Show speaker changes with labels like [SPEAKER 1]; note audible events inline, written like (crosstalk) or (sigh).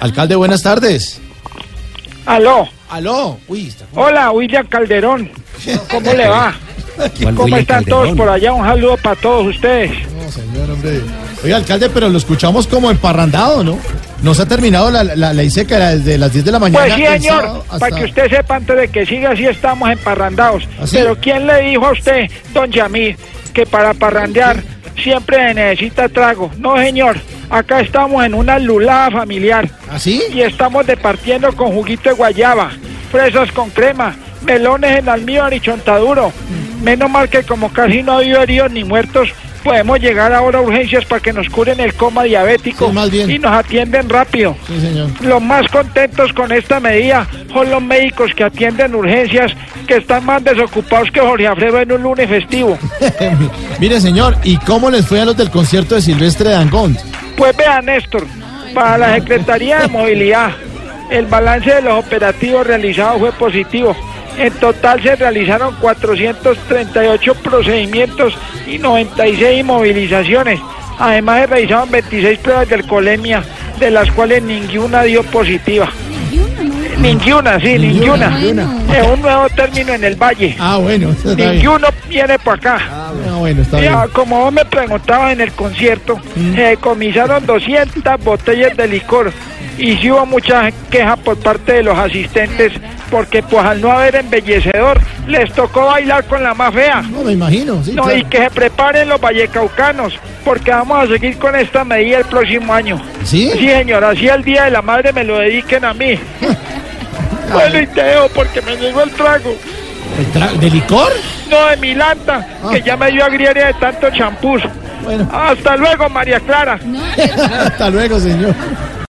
[SPEAKER 1] Alcalde, buenas tardes.
[SPEAKER 2] Aló,
[SPEAKER 1] Aló. Uy, está-
[SPEAKER 2] hola William Calderón, ¿cómo le va? ¿Cómo están todos por allá? Un saludo para todos ustedes.
[SPEAKER 1] No, señor, hombre. Oiga, alcalde, pero lo escuchamos como emparrandado, ¿no? No se ha terminado la, la, la ISECA era desde las 10 de la mañana.
[SPEAKER 2] Pues sí
[SPEAKER 1] el
[SPEAKER 2] señor,
[SPEAKER 1] sábado hasta-
[SPEAKER 2] para que usted sepa antes de que siga, sí estamos emparrandados.
[SPEAKER 1] ¿Ah, sí?
[SPEAKER 2] Pero ¿quién le dijo a usted, don Yamir, que para parrandear siempre se necesita trago? No señor, acá estamos en una lulada familiar.
[SPEAKER 1] ¿Ah, sí?
[SPEAKER 2] y estamos departiendo con juguito de guayaba, fresas con crema, melones en almíbar y chontaduro. Menos mal que como casi no ha habido heridos ni muertos, podemos llegar ahora a urgencias para que nos curen el coma diabético
[SPEAKER 1] Sí, más bien.
[SPEAKER 2] y nos atienden rápido.
[SPEAKER 1] Sí, señor. (laughs)
[SPEAKER 2] Los más contentos con esta medida son los médicos que atienden urgencias, que están más desocupados que Jorge Alfredo en un lunes festivo.
[SPEAKER 1] Mire, señor, ¿y cómo les fue a los del concierto de Silvestre Dangond?
[SPEAKER 2] Pues vea, Néstor, para la Secretaría de Movilidad, el balance de los operativos realizados fue positivo. En total se realizaron 438 procedimientos y 96 movilizaciones. Además se realizaron 26 pruebas de alcoholemia, de las cuales ninguna dio positiva. Ninguna, sí,
[SPEAKER 1] Ninguna,
[SPEAKER 2] ninguna.
[SPEAKER 1] ninguna.
[SPEAKER 2] Es un nuevo término en el valle.
[SPEAKER 1] Ah, bueno, está bien.
[SPEAKER 2] Ninguno viene por acá.
[SPEAKER 1] Ah, bueno, está bien. Mm.
[SPEAKER 2] Mira, como vos me preguntabas en el concierto, se decomisaron 200 botellas de licor y sí hubo muchas quejas por parte de los asistentes porque pues al no haber embellecedor les tocó bailar con la más fea.
[SPEAKER 1] No, me imagino, sí.
[SPEAKER 2] No,
[SPEAKER 1] claro.
[SPEAKER 2] y que se preparen los vallecaucanos porque vamos a seguir con esta medida el próximo año.
[SPEAKER 1] ¿Sí?
[SPEAKER 2] Sí, señor, así el Día de la Madre me lo dediquen
[SPEAKER 1] (laughs)
[SPEAKER 2] a mí. bueno, y te dejo porque me llegó el trago.
[SPEAKER 1] ¿El tra- ¿De licor?
[SPEAKER 2] No, de mi lanta,
[SPEAKER 1] Ah.
[SPEAKER 2] que ya me dio agriaria de tanto champús.
[SPEAKER 1] Bueno, (laughs)
[SPEAKER 2] Hasta luego, María Clara.
[SPEAKER 1] hasta luego, señor.